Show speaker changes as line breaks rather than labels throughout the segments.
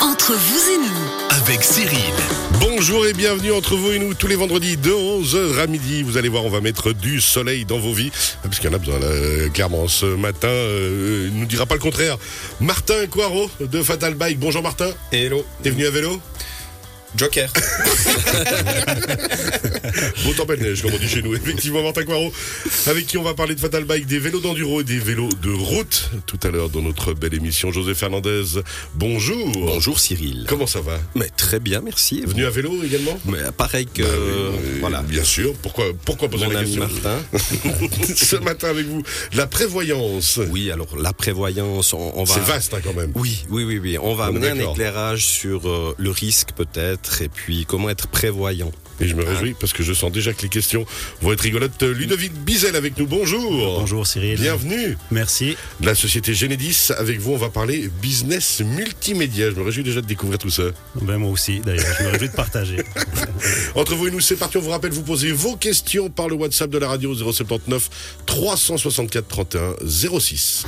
Entre vous et nous,
avec Cyril.
Ah, Bonjour et bienvenue entre vous et nous tous les vendredis de 11h à midi. Vous allez voir, on va mettre du soleil dans vos vies. Ah, Parce qu'il y en a besoin, là, euh, clairement, ce matin. euh, il nous dira pas le contraire. Martin Coiro de Fatal Bike. Bonjour Martin.
Hello,
T'es venu à vélo
Joker.
Beau temps plein neige, comme on dit chez nous. Effectivement, Martin Coiro, avec qui on va parler de Fatal Bike, des vélos d'enduro et des vélos de route. Tout à l'heure dans notre belle émission. José Fernandez, bonjour.
Bonjour Cyril.
Comment ça va
Mais très bien, merci. Et vous
Venu à vélo également
Mais pareil que
Euh, euh,
voilà.
Bien sûr. Pourquoi, pourquoi poser
Mon
la
ami
question
Martin.
Ce matin avec vous, la prévoyance.
Oui, alors la prévoyance, on, on va.
C'est vaste hein, quand même.
Oui, oui, oui, oui. On va
On est
amener un
d'accord.
éclairage sur euh, le risque peut-être et puis comment être prévoyant.
Et je me
Ah.
réjouis parce que je sens déjà que les questions vont être rigolotes. Euh, Ludovic Bizel avec nous, bonjour.
Bonjour Cyril.
Bienvenue
Merci.
de la société Genedis. Avec vous, on va parler business multimédia. Je me réjouis déjà de découvrir tout ça.
Ben moi aussi, d'ailleurs. Je me réjouis de partager.
Entre vous et nous, c'est parti. On vous rappelle, vous posez vos questions par le WhatsApp de la radio 079 364 31 06.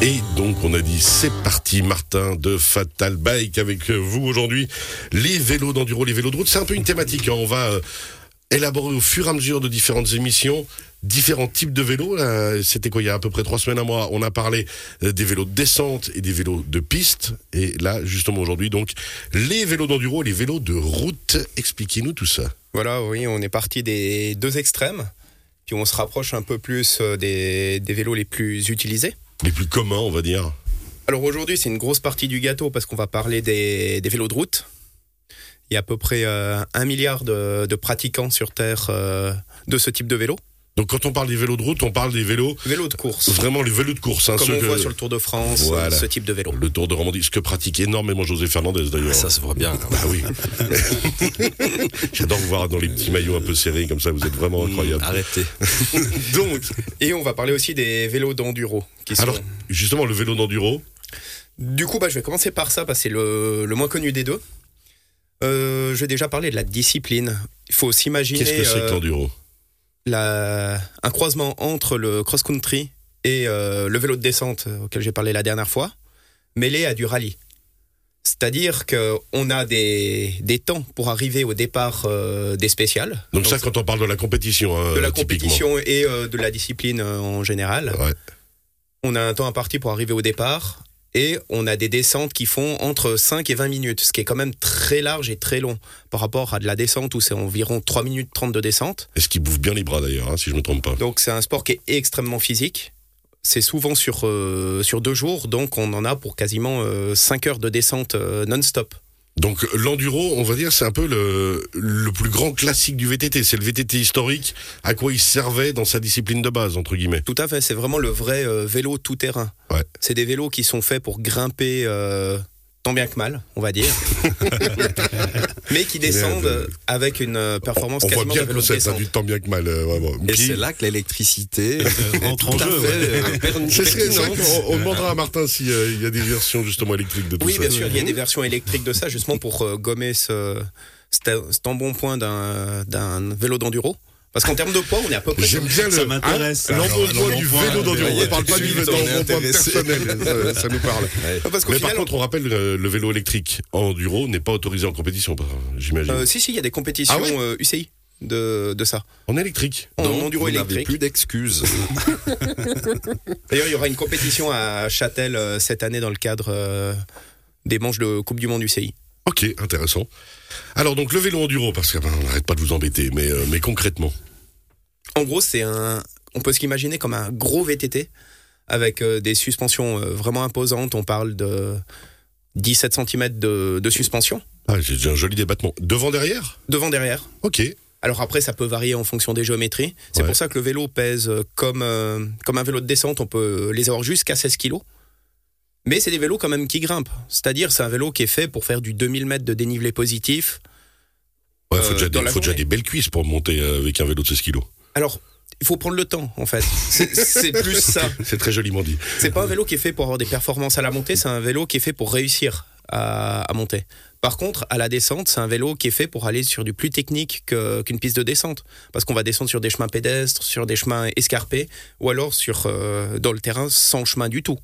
Et donc, on a dit, c'est parti, Martin de Fatal Bike avec vous aujourd'hui. Les vélos d'enduro, les vélos de route, c'est un peu une thématique. hein. On va euh, élaborer au fur et à mesure de différentes émissions différents types de vélos. Là, C'était quoi, il y a à peu près trois semaines, un mois, on a parlé euh, des vélos de descente et des vélos de piste. Et là, justement, aujourd'hui, donc, les vélos d'enduro, les vélos de route. Expliquez-nous tout ça.
Voilà, oui, on est parti des deux extrêmes, puis on se rapproche un peu plus euh, des, des vélos les plus utilisés.
Les plus communs, on va dire.
Alors aujourd'hui, c'est une grosse partie du gâteau parce qu'on va parler des, des vélos de route. Il y a à peu près euh, un milliard de, de pratiquants sur Terre euh, de ce type de vélo.
Donc, quand on parle des vélos de route, on parle des vélos,
Vélo de course,
vraiment les vélos de course. hein,
comme
ceux
on
Euh, que-
voit sur le Tour de France, euh,
Voilà.
ce type de vélo.
Le Tour de Romandie, ce que pratique énormément José Fernandez d'ailleurs.
Ça se voit bien.
Bah oui. J'adore vous voir dans les petits maillots un peu serrés comme ça, vous êtes vraiment incroyable.
Arrêtez.
Donc, et on va parler aussi des vélos d'enduro. qui sont-
Alors, justement, le vélo d'enduro,
Du coup, bah, je vais commencer par ça, parce que c'est le, le moins connu des deux. Euh, J'ai déjà parlé de la discipline. Il faut s'imaginer
qu'est-ce que c'est
euh,
que l'enduro
la- un croisement entre le cross-country et euh, le vélo de descente auquel j'ai parlé la dernière fois, mêlé à du rallye. C'est-à-dire qu'on a des, des temps pour arriver au départ euh, des spéciales.
Donc, ça, quand on parle de la compétition. hein,
de la
typiquement.
compétition et euh, de la discipline euh, en général.
Ouais.
On a un temps imparti pour arriver au départ et on a des descentes qui font entre 5 et 20 minutes, ce qui est quand même très large et très long par rapport à de la descente où c'est environ 3 minutes 30 de descente.
Et ce qui bouffe bien les bras d'ailleurs, hein, si je me trompe pas.
Donc c'est un sport qui est extrêmement physique. C'est souvent sur, euh, sur deux jours, donc on en a pour quasiment 5 heures de descente euh, non-stop.
Donc l'enduro, on va dire, c'est un peu le, le plus grand classique du VTT. C'est le VTT historique, à quoi il servait dans sa discipline de base, entre guillemets.
Tout à fait, c'est vraiment le vrai euh, vélo tout-terrain.
Ouais.
C'est des vélos qui sont faits pour grimper euh, tant bien que mal, on va dire. Mais qui descendent
Merde.
avec une euh, performance
on voit
quasiment
bien
de
le
vélo de
concept, hein,
descente.
du temps bien que mal, euh, vraiment.
Et
Qui-
c'est là que l'électricité euh,
rentre en
tout à
jeu,
fait, euh, perni-
Ce serait- c'est vrai
pertinente.
qu'on- on, demandera à Martin s'il y a des versions justement électriques de tout
Oui,
ça.
bien sûr, il y a des versions électriques de ça, justement pour euh, gommer ce, cet cet embonpoint d'un d'un vélo d'enduro. Parce qu'en termes de poids, on est à peu près.
J'aime bien le
Ça m'intéresse.
hein, l'embonpoint
Alors,
du
l'embonpoint,
vélo d'enduro.
il y
On
a
ne parle
tout
pas
de
du
suite,
vélo
on est
d'endroit
intéressé.
personnel, ça, ça nous parle.
Parce qu'au
Mais
final,
par contre, on rappelle, euh, le vélo électrique enduro n'est pas autorisé en compétition, par- j'imagine.
euh, si, si, il y a des compétitions
Ah ouais
euh, UCI de, de ça.
en électrique
En
Donc,
enduro
vous n'avez
électrique.
plus d'excuses.
D'ailleurs, il y aura une compétition à Châtel euh, cette année dans le cadre euh, des manches de Coupe du Monde UCI.
Ok, intéressant. Alors donc le vélo enduro, parce qu'on n'arrête pas de vous embêter, mais, euh, mais concrètement.
En gros, c'est un. On peut se l'imaginer comme un gros VTT avec euh, des suspensions euh, vraiment imposantes. On parle de 17 cm de, de suspension
Ah, j'ai déjà un joli débattement. Devant, derrière
devant derrière.
Ok.
Alors après, ça peut varier en fonction des géométries. C'est
Ouais.
pour ça que le vélo pèse euh, comme, euh, comme un vélo de descente. On peut euh, les avoir jusqu'à 16 kg. Mais c'est des vélos quand même qui grimpent. C'est-à-dire, c'est un vélo qui est fait pour faire du 2000 mètres de dénivelé positif.
Ouais, faut,
Euh,
déjà,
dans
des,
la
faut déjà
journée.
des belles cuisses pour monter euh, avec un vélo de 16 kilos.
Alors, il faut prendre le temps, en fait. C'est- C'est plus ça.
C'est très joliment dit.
C'est pas un vélo qui est fait pour avoir des performances à la montée, c'est un vélo qui est fait pour réussir à, à monter. Par contre, à la descente, c'est un vélo qui est fait pour aller sur du plus technique que- qu'une piste de descente. Parce qu'on va descendre sur des chemins pédestres, sur des chemins escarpés, ou alors sur, euh, dans le terrain sans chemin du tout.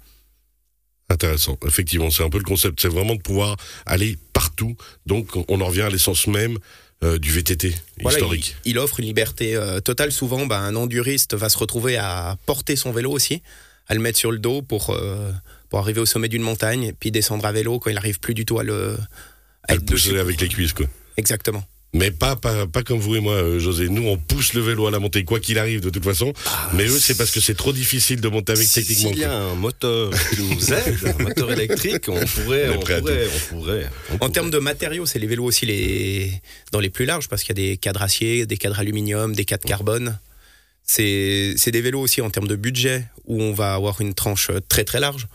Intéressant. Effectivement, c'est un peu le concept. C'est vraiment de pouvoir aller partout. Donc, on- on en revient à l'essence même euh, du VTT
Voilà,
historique.
Il, il offre une liberté euh, totale. Souvent, ben, un enduriste va se retrouver à porter son vélo aussi, à le mettre sur le dos pour, euh, pour arriver au sommet d'une montagne, puis descendre à vélo quand il n'arrive plus du tout à le. à
Elle
être dessus.
pousse avec les cuisses, quoi.
Exactement.
Mais pas, pas, pas comme vous et moi, euh, José. Nous, on pousse le vélo à la montée, quoi qu'il arrive, de toute façon. Mais eux, c'est parce que c'est trop difficile de monter avec techniquement.
Ah, S'il y
quoi.
a un moteur qui nous aide, un moteur électrique, on pourrait,
On est
on
prêt à
pourrait, on pourrait. on
En
pourrait.
termes de matériaux, c'est les vélos aussi les... dans les plus larges, parce qu'il y a des cadres acier, des cadres aluminium, des cadres carbone. C'est c'est des vélos aussi en termes de budget, où on va avoir une tranche euh, très très large.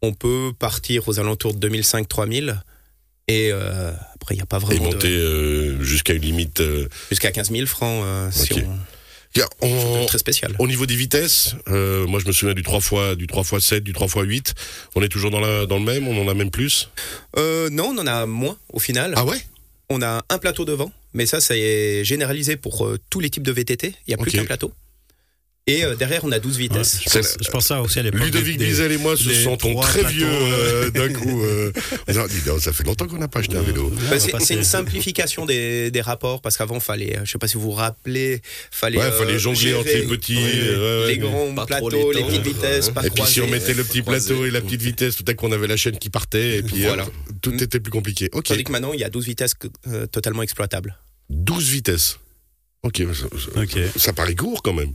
On peut partir aux alentours de 2005-3000, et euh, après, il n'y a pas
Et
vraiment de-
monter euh, jusqu'à une limite. euh,
jusqu'à 15 000 francs, euh, si
Ok.
on-
tiens, on-
très spécial.
Au niveau des vitesses, euh, moi je me souviens du 3 x du 3 x 7, du 3 x 8. On est toujours dans la dans le même, on en a même plus.
Euh, non, on en a moins au final.
Ah ouais
On a un plateau devant, mais ça, ça est généralisé pour euh, tous les types de VTT. Il n'y a plus
Ok.
qu'un plateau. Et euh, derrière, on a 12
Ouais,
vitesses.
je,
C'est
pense, je pense ça aussi à l'époque.
Ludovic
des- des-
Diesel et moi se
les
sentons
trois
très
plateaux,
vieux euh, d'un coup. euh. On a dit, non, ça fait longtemps qu'on n'a pas acheté un vélo.
Ouais, on
Bah,
va
c'est
passer-
c'est une simplification des, des rapports parce qu'avant fallait, euh, je sais pas si vous vous rappelez, fallait, euh,
Ouais, fallait jongler
gérer
entre les petits, euh, ouais,
les
ouais.
grands
Pas trop
plateaux,
les
les petites
tendres,
vitesses,
hein.
pas
Et puis si
croisés.
on mettait le petit
croisé.
plateau et la petite vitesse, tout à coup on avait la chaîne qui partait et puis
Voilà.
hop, tout était plus compliqué. Ok,
Tandis que maintenant il y a 12 vitesses que- euh, totalement exploitables.
12 vitesses. Ok, ça, ça-
Ok.
ça paraît court quand même.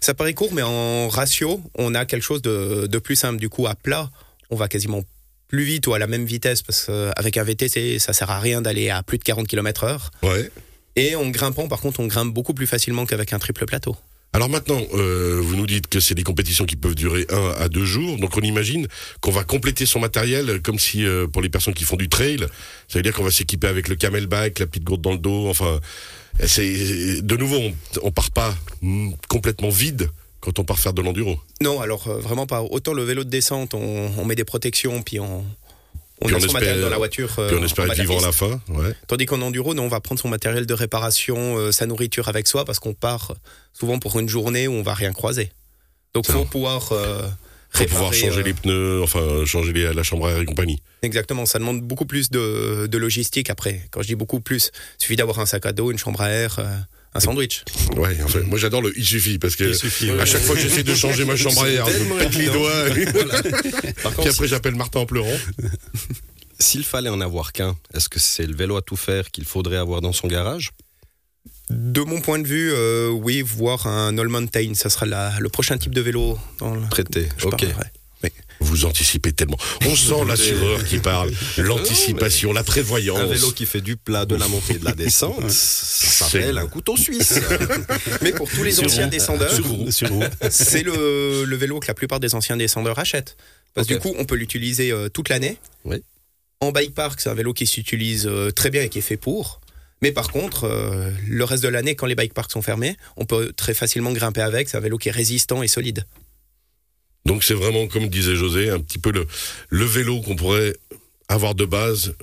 Ça paraît court, mais en ratio, on a quelque chose de, de plus simple. Du coup, à plat, on va quasiment plus vite ou à la même vitesse parce qu'avec un VTC, ça sert à rien d'aller à plus de 40 km/h.
Ouais.
Et en grimpant, par contre, on grimpe beaucoup plus facilement qu'avec un triple plateau.
Alors maintenant, euh, vous nous dites que c'est des compétitions qui peuvent durer un à deux jours, donc on imagine qu'on va compléter son matériel euh, comme si euh, pour les personnes qui font du trail, ça veut dire qu'on va s'équiper avec le camelback, la petite gourde dans le dos, enfin, euh, c'est de nouveau on, on part pas mm, complètement vide quand on part faire de l'enduro.
Non, alors euh, vraiment pas. Autant le vélo de descente, on, on met des protections, puis on, on
Puis
a
on
son
espère-
matériel dans la voiture. euh,
Puis on
en
espère
bas
être
de la
vivant à
piste.
la fin, ouais.
Tandis qu'en enduro, non, on va prendre son matériel de réparation, euh, sa nourriture avec soi, parce qu'on part souvent pour une journée où on va rien croiser. Donc
Ça
faut pouvoir euh,
Faut pouvoir
réparer,
changer
euh,
les pneus, enfin changer les- la chambre à air et compagnie.
Exactement, ça demande beaucoup plus de, de logistique après. Quand je dis beaucoup plus, il suffit d'avoir un sac à dos, une chambre à air, euh, un sandwich.
Ouais, enfin, moi j'adore le il suffit parce que
Il suffit,
à
ouais.
chaque fois que j'essaie de changer ma chambre à air, je me pète les doigts. Puis après j'appelle Martin en pleurant.
S'il fallait en avoir qu'un, est-ce que c'est le vélo à tout faire qu'il faudrait avoir dans son garage
De mon point de vue, euh, oui, voir un All Mountain, ça sera la- le prochain type de vélo dans le.
Prêté,
je
ok.
parlerai.
Vous anticipez tellement. On sent l'assureur qui parle, l'anticipation, la prévoyance.
Un vélo qui fait du plat, de la montée, de la descente, ça s'appelle un couteau suisse.
Mais pour tous les
Sur
anciens
roue.
descendeurs,
Sur roue. Sur roue.
c'est le, le vélo que la plupart des anciens descendeurs achètent. Parce que
Ok.
du coup, on peut l'utiliser euh, toute l'année.
Oui.
En bike park, c'est un vélo qui s'utilise euh, très bien et qui est fait pour. Mais par contre, euh, le reste de l'année, quand les bike parks sont fermés, on peut très facilement grimper avec. C'est un vélo qui est résistant et solide.
Donc c'est vraiment, comme disait José, un petit peu le, le vélo qu'on pourrait avoir de base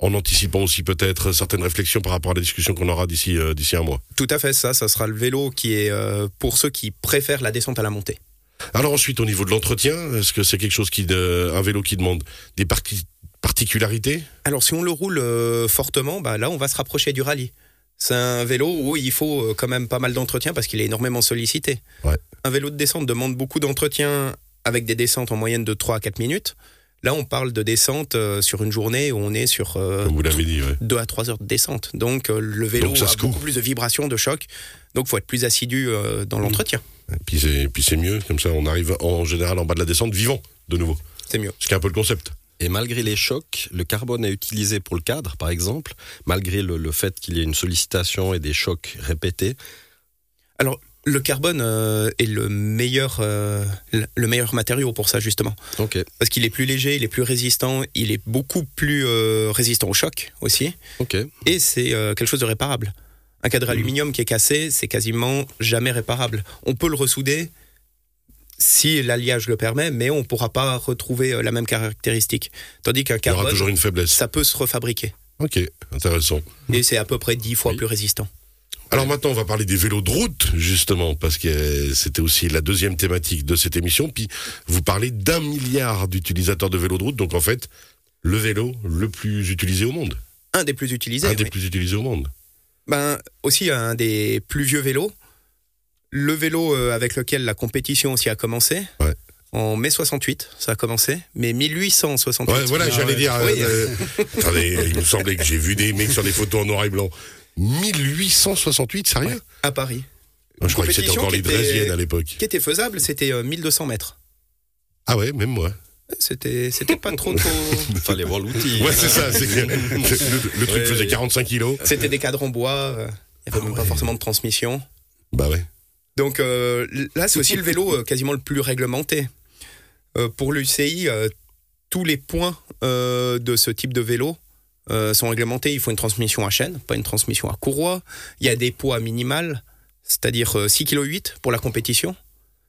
en anticipant aussi peut-être certaines réflexions par rapport à la discussion qu'on aura d'ici euh, d'ici un mois.
Tout à fait, ça, ça sera le vélo qui est euh, pour ceux qui préfèrent la descente à la montée.
Alors ensuite, au niveau de l'entretien, est-ce que c'est quelque chose qui, de- un vélo qui demande des parti- particularités
Alors si on le roule euh, fortement, bah, là on va se rapprocher du rallye. C'est un vélo où il faut euh, quand même pas mal d'entretien parce qu'il est énormément sollicité.
Ouais.
Un vélo de descente demande beaucoup d'entretien avec des descentes en moyenne de 3 à 4 minutes. Là on parle de descente euh, sur une journée où on est sur euh,
Comme vous l'avez dit, ouais.
2 à 3 heures de descente. Donc euh, le vélo
Donc, ça
a
se coupe.
beaucoup plus de vibrations, de choc. Donc faut être plus assidu euh,
Mm.
dans l'entretien.
Et Puis c'est puis c'est mieux, comme ça on arrive en général en bas de la descente vivant de nouveau,
C'est mieux.
ce qui est un peu le concept.
Et malgré les chocs, le carbone est utilisé pour le cadre, par exemple, malgré le, le fait qu'il y ait une sollicitation et des chocs répétés,
Le carbone euh, est le meilleur, euh, le meilleur matériau pour ça justement.
ok,
parce qu'il est plus léger, il est plus résistant, il est beaucoup plus euh, résistant au choc aussi,
ok.
et c'est euh, quelque chose de réparable.
Mhm.
Un cadre aluminium qui est cassé, c'est quasiment jamais réparable. On peut le ressouder, si l'alliage le permet, mais on ne pourra pas retrouver euh, la même caractéristique. Tandis qu'un
Il y aura
carbone,
toujours une Mhm. faiblesse.
ça peut se refabriquer.
Ok, intéressant.
Et c'est à peu près 10 fois
Oui.
plus résistant.
Alors maintenant, on va parler des vélos de route, justement, parce que euh, c'était aussi la deuxième thématique de cette émission. Puis vous parlez d'un milliard d'utilisateurs de vélos de route, donc en fait, le vélo le plus utilisé au monde.
Un des plus utilisés.
Un des
oui.
plus utilisés au monde.
Ben, aussi un des plus vieux vélos. Le vélo euh, avec lequel la compétition aussi a commencé.
Ouais.
En mai 68, ça a commencé. Mais 1868.
Ouais, voilà,
Ah
j'allais
ouais.
dire. euh, euh,
Oui.
attendez, il me semblait que j'ai vu des mecs sur des photos en noir et blanc. 1868, sérieux
À Paris.
Je croyais que c'était
compétition
encore les
qui était-
Dresiennes à l'époque.
Ce qui était faisable, c'était euh, 1200 mètres.
Ah ouais, même moi.
C'était c'était pas trop trop.
Fallait voir l'outil.
Ouais, c'est ça. c'est que le, le- le truc
Ouais,
faisait
ouais.
45 kilos.
C'était des cadres en bois. euh, Il n'y avait même pas forcément de transmission.
Bah ouais.
Donc euh, là, c'est aussi le vélo euh, quasiment le plus réglementé. Euh, pour l'UCI, euh, tous les points euh, de ce type de vélo euh, sont réglementés. Il faut une transmission à chaîne, pas une transmission à courroie. Il y a des poids minimales, c'est-à-dire euh, 6,8 kg pour la compétition.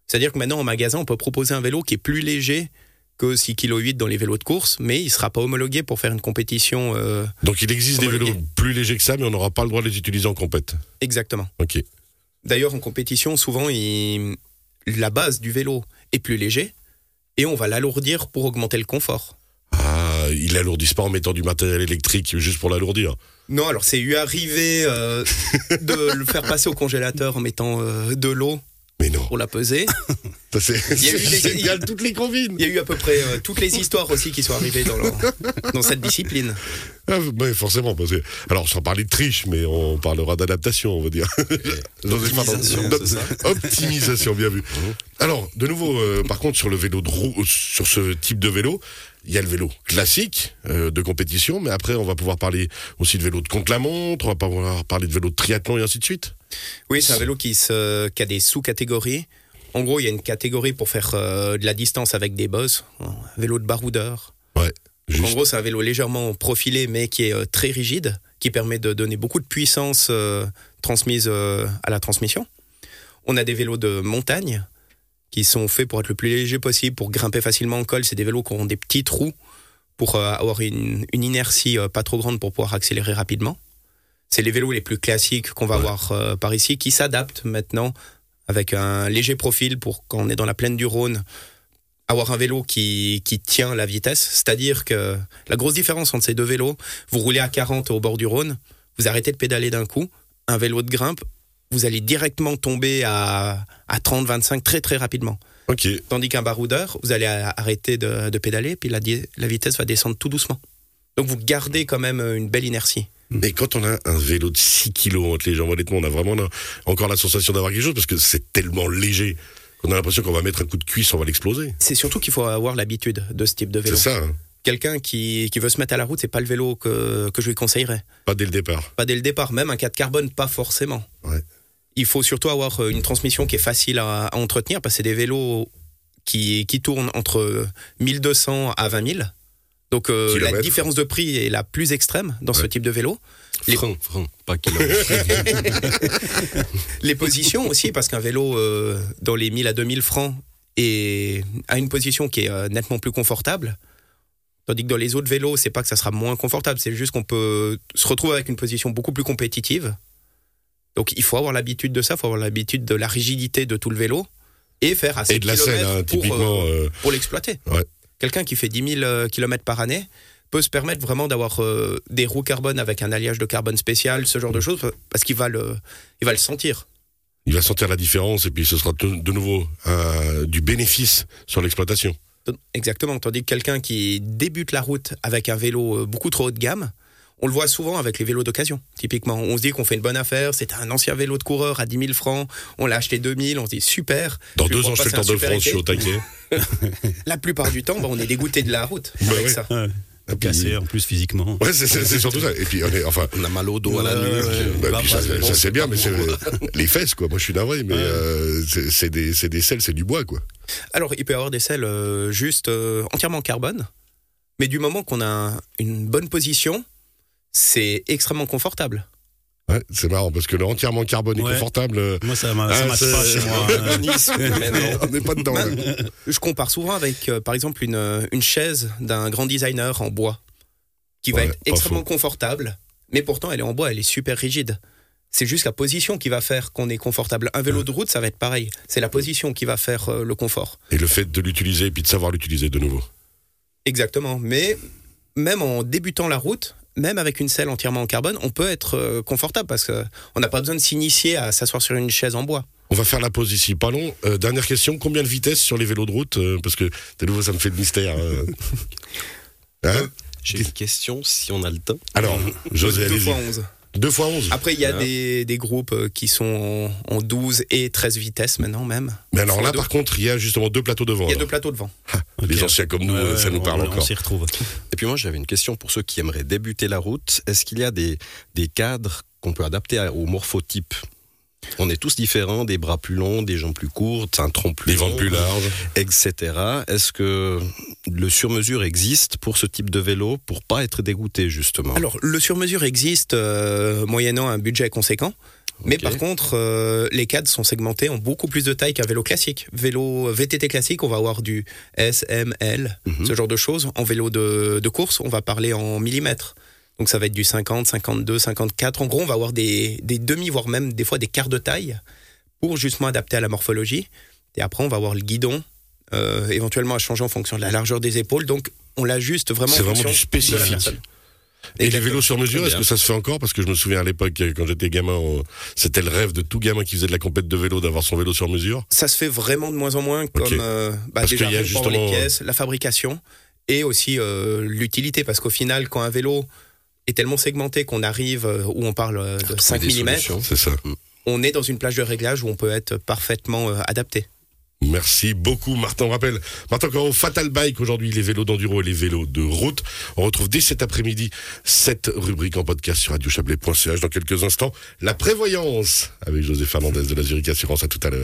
C'est-à-dire que maintenant, en magasin, on peut proposer un vélo qui est plus léger que 6,8 kg dans les vélos de course, mais il ne sera pas homologué pour faire une compétition euh,
Donc il existe des
Homologué.
vélos plus légers que ça, mais on n'aura pas le droit de les utiliser en compète.
exactement.
Ok.
D'ailleurs, en compétition, souvent, il- la base du vélo est plus léger et on va l'alourdir pour augmenter le confort.
Ah, ils l'alourdissent pas en mettant du matériel électrique juste pour l'alourdir.
Non, alors c'est eu arrivé euh, de le faire passer au congélateur en mettant euh, de l'eau
Mais non.
pour la peser.
Ça, C'est
Il y a eu des-
c'est bien toutes les combines.
Il y a eu à peu près euh, toutes les histoires aussi qui sont arrivées dans, le- dans cette discipline.
Ah, bah, forcément, parce que. Alors, sans parler de triche, mais on parlera d'adaptation, on va dire.
Optimisation,
D'op-
c'est ça
Optimisation, bien vu. Alors, de nouveau, euh, par contre, sur le vélo de roue, euh, sur ce type de vélo, il y a le vélo classique euh, de compétition, mais après, on va pouvoir parler aussi de vélo de contre-la-montre, on va pouvoir parler de vélo de triathlon et ainsi de suite.
Oui, c'est un vélo qui, se, qui a des sous-catégories. En gros, il y a une catégorie pour faire euh, de la distance avec des bosses, un vélo de baroudeur,
Ouais.
En
Juste.
gros, c'est un vélo légèrement profilé, mais qui est euh, très rigide, qui permet de donner beaucoup de puissance euh, transmise euh, à la transmission. On a des vélos de montagne qui sont faits pour être le plus léger possible, pour grimper facilement en col. C'est des vélos qui ont des petits trous pour euh, avoir une, une inertie euh, pas trop grande pour pouvoir accélérer rapidement. C'est les vélos les plus classiques qu'on va avoir euh, par ici, qui s'adaptent maintenant avec un léger profil pour quand on est dans la plaine du Rhône, avoir un vélo qui, qui tient la vitesse. C'est-à-dire que la grosse différence entre ces deux vélos, vous roulez à 40 au bord du Rhône, vous arrêtez de pédaler d'un coup, un vélo de grimpe, vous allez directement tomber à, à 30, 25 très très rapidement.
Ok.
Tandis qu'un baroudeur, vous allez a- arrêter de, de pédaler, puis la, di- la vitesse va descendre tout doucement. Donc vous gardez quand même une belle inertie.
Mais quand on a un vélo de 6 kilos entre les jambes, honnêtement, on a vraiment là- encore la sensation d'avoir quelque chose parce que c'est tellement léger qu'on a l'impression qu'on va mettre un coup de cuisse, on va l'exploser.
C'est surtout qu'il faut avoir l'habitude de ce type de
C'est
vélo.
ça, hein.
Quelqu'un qui, qui veut se mettre à la route, c'est pas le vélo que, que je lui conseillerais.
pas dès le départ.
Pas dès le départ, même un 4 carbone, pas forcément.
Ouais.
Il faut surtout avoir euh, une transmission qui est facile à, à entretenir, parce que c'est des vélos qui, qui tournent entre 1200 à 20 000. Donc euh, la
Kilomètres.
différence de prix est la plus extrême dans ce
Ouais.
type de vélo. Les-
Frein, frein, pas kilo.
Les positions aussi, parce qu'un vélo euh, dans les 1000 à 2000 francs est, a une position qui est euh, nettement plus confortable. Tandis que dans les autres vélos, c'est pas que ça sera moins confortable, c'est juste qu'on peut se retrouver avec une position beaucoup plus compétitive. Donc il faut avoir l'habitude de ça, il faut avoir l'habitude de la rigidité de tout le vélo et faire assez
Et de la scène,
kilomètres
hein,
pour, euh,
typiquement. euh,
pour l'exploiter.
Ouais.
Quelqu'un qui fait 10 000 km par année peut se permettre vraiment d'avoir euh, des roues carbone avec un alliage de carbone spécial, ce
Mm.
genre de choses, parce qu'il va le, il va le sentir.
il va sentir la différence et puis ce sera de, de nouveau euh, du bénéfice sur l'exploitation.
Euh, Exactement. Tandis que quelqu'un qui débute la route avec un vélo euh, beaucoup trop haut de gamme, on le voit souvent avec les vélos d'occasion, typiquement. On se dit qu'on fait une bonne affaire, c'est un ancien vélo de coureur à 10 000 francs, on l'a acheté 2 000, on se dit super.
Dans
Je vais
deux
pouvoir
ans, je fais le
passer
Tour
un
de
super
France, je
été.
suis au taquet.
La plupart du temps, bah, on est dégoûté de la route
Bah
avec
ouais.
ça.
Ouais.
Et puis-
Cassé en plus physiquement.
Ouais, c'est- c'est c'est surtout ça. Et puis, on est, enfin,
On a mal au dos, à la
Ouais,
nuque.
ouais, ouais.
Bah,
Bah,
puis
bah,
ça, ça,
bon,
c'est bien,
pas
mais c'est
pour moi.
les fesses, quoi. Moi, je suis navré, mais
Ouais.
euh, c'est c'est des, c'est des selles, c'est du bois, quoi.
Alors, il peut y avoir des selles euh, juste euh, entièrement carbone, mais du moment qu'on a un- une bonne position, c'est extrêmement confortable.
Ouais, c'est marrant parce que le entièrement carbone
Ouais.
et confortable, euh,
Moi, ça m'a- ça
Ah,
marche
c'est-
pas chez moi. hein.
Mais non.
on n'est pas dedans. hein. là.
Je compare souvent avec, euh, par exemple, une, une chaise d'un grand designer en bois, qui va
Ouais,
être
pas
extrêmement
faux.
confortable, mais pourtant elle est en bois, elle est super rigide. C'est juste la position qui va faire qu'on est confortable. Un vélo de route, ça va être pareil. C'est la position qui va faire euh, le confort.
Et le fait de l'utiliser et puis de savoir l'utiliser de nouveau.
Exactement. Mais même en débutant la route, même avec une selle entièrement en carbone, on peut être euh, confortable parce qu'on n'a pas besoin de s'initier à s'asseoir sur une chaise en bois.
On va faire la pause ici, pas long. Euh, dernière question, combien de vitesse sur les vélos de route Euh, Parce que de nouveau, ça me fait le mystère. euh. Hein
J'ai une question, si on a le temps.
Alors, José,
Deux
allez-y.
fois Ah, 11.
Deux fois onze.
Après, il y a
Voilà.
des, des groupes euh, qui sont en, en 12 et 13 vitesses maintenant même.
Mais alors là,
Deux.
par contre, il y a justement deux plateaux devant.
Il y a
alors.
deux plateaux devant.
Les
Ok.
anciens comme nous,
Ouais,
euh, ça
ouais,
nous
on-
parle
On
encore.
s'y retrouve.
Et puis moi, j'avais une question pour ceux qui aimeraient débuter la route. Est-ce qu'il y a des, des cadres qu'on peut adapter à- au morphotype On est tous différents, des bras plus longs, des jambes plus courtes, un tronc plus
Les
long,
ventes plus larges.
etc. Est-ce que le sur-mesure existe pour ce type de vélo pour pas être dégoûté justement
Alors, le sur-mesure existe euh, moyennant un budget conséquent. Mais
Ok.
par contre, euh, les cadres sont segmentés en beaucoup plus de tailles qu'un vélo classique. Vélo euh, VTT classique, on va avoir du S, M, L,
Mhm.
ce genre de choses. En vélo de, de course, on va parler en millimètres. Donc ça va être du 50, 52, 54. En gros, on va avoir des, des demi, voire même des fois des quarts de taille pour justement adapter à la morphologie. Et après, on va avoir le guidon, euh, éventuellement à changer en fonction de la largeur des épaules. Donc, on l'ajuste vraiment.
C'est
en
vraiment
fonction
du
de la
spécifique.
personne.
Et les
Exactement.
vélos sur mesure,
Très
est-ce
bien.
que ça se fait encore Parce que je me souviens à l'époque, euh, quand j'étais gamin, on- c'était le rêve de tout gamin qui faisait de la compète de vélo d'avoir son vélo sur mesure.
ça se fait vraiment de moins en moins comme euh, bah,
Parce
déjà
qu'il y a
rien que pour les
justement- euh,
pièces, la fabrication et aussi euh, l'utilité parce qu'au final quand un vélo est tellement segmenté qu'on arrive euh, où on parle euh, de 5
des
mm,
solutions.
C'est ça.
on est dans une plage de réglage où on peut être parfaitement euh, adapté.
Merci beaucoup, Martin. On rappelle, Martin Corot, Fatal Bike, aujourd'hui, les vélos d'enduro et les vélos de route. On retrouve dès cet après-midi cette rubrique en podcast sur radiochablais.ch dans quelques instants. La prévoyance avec José Fernandez de la Zurich Assurance. À tout à l'heure.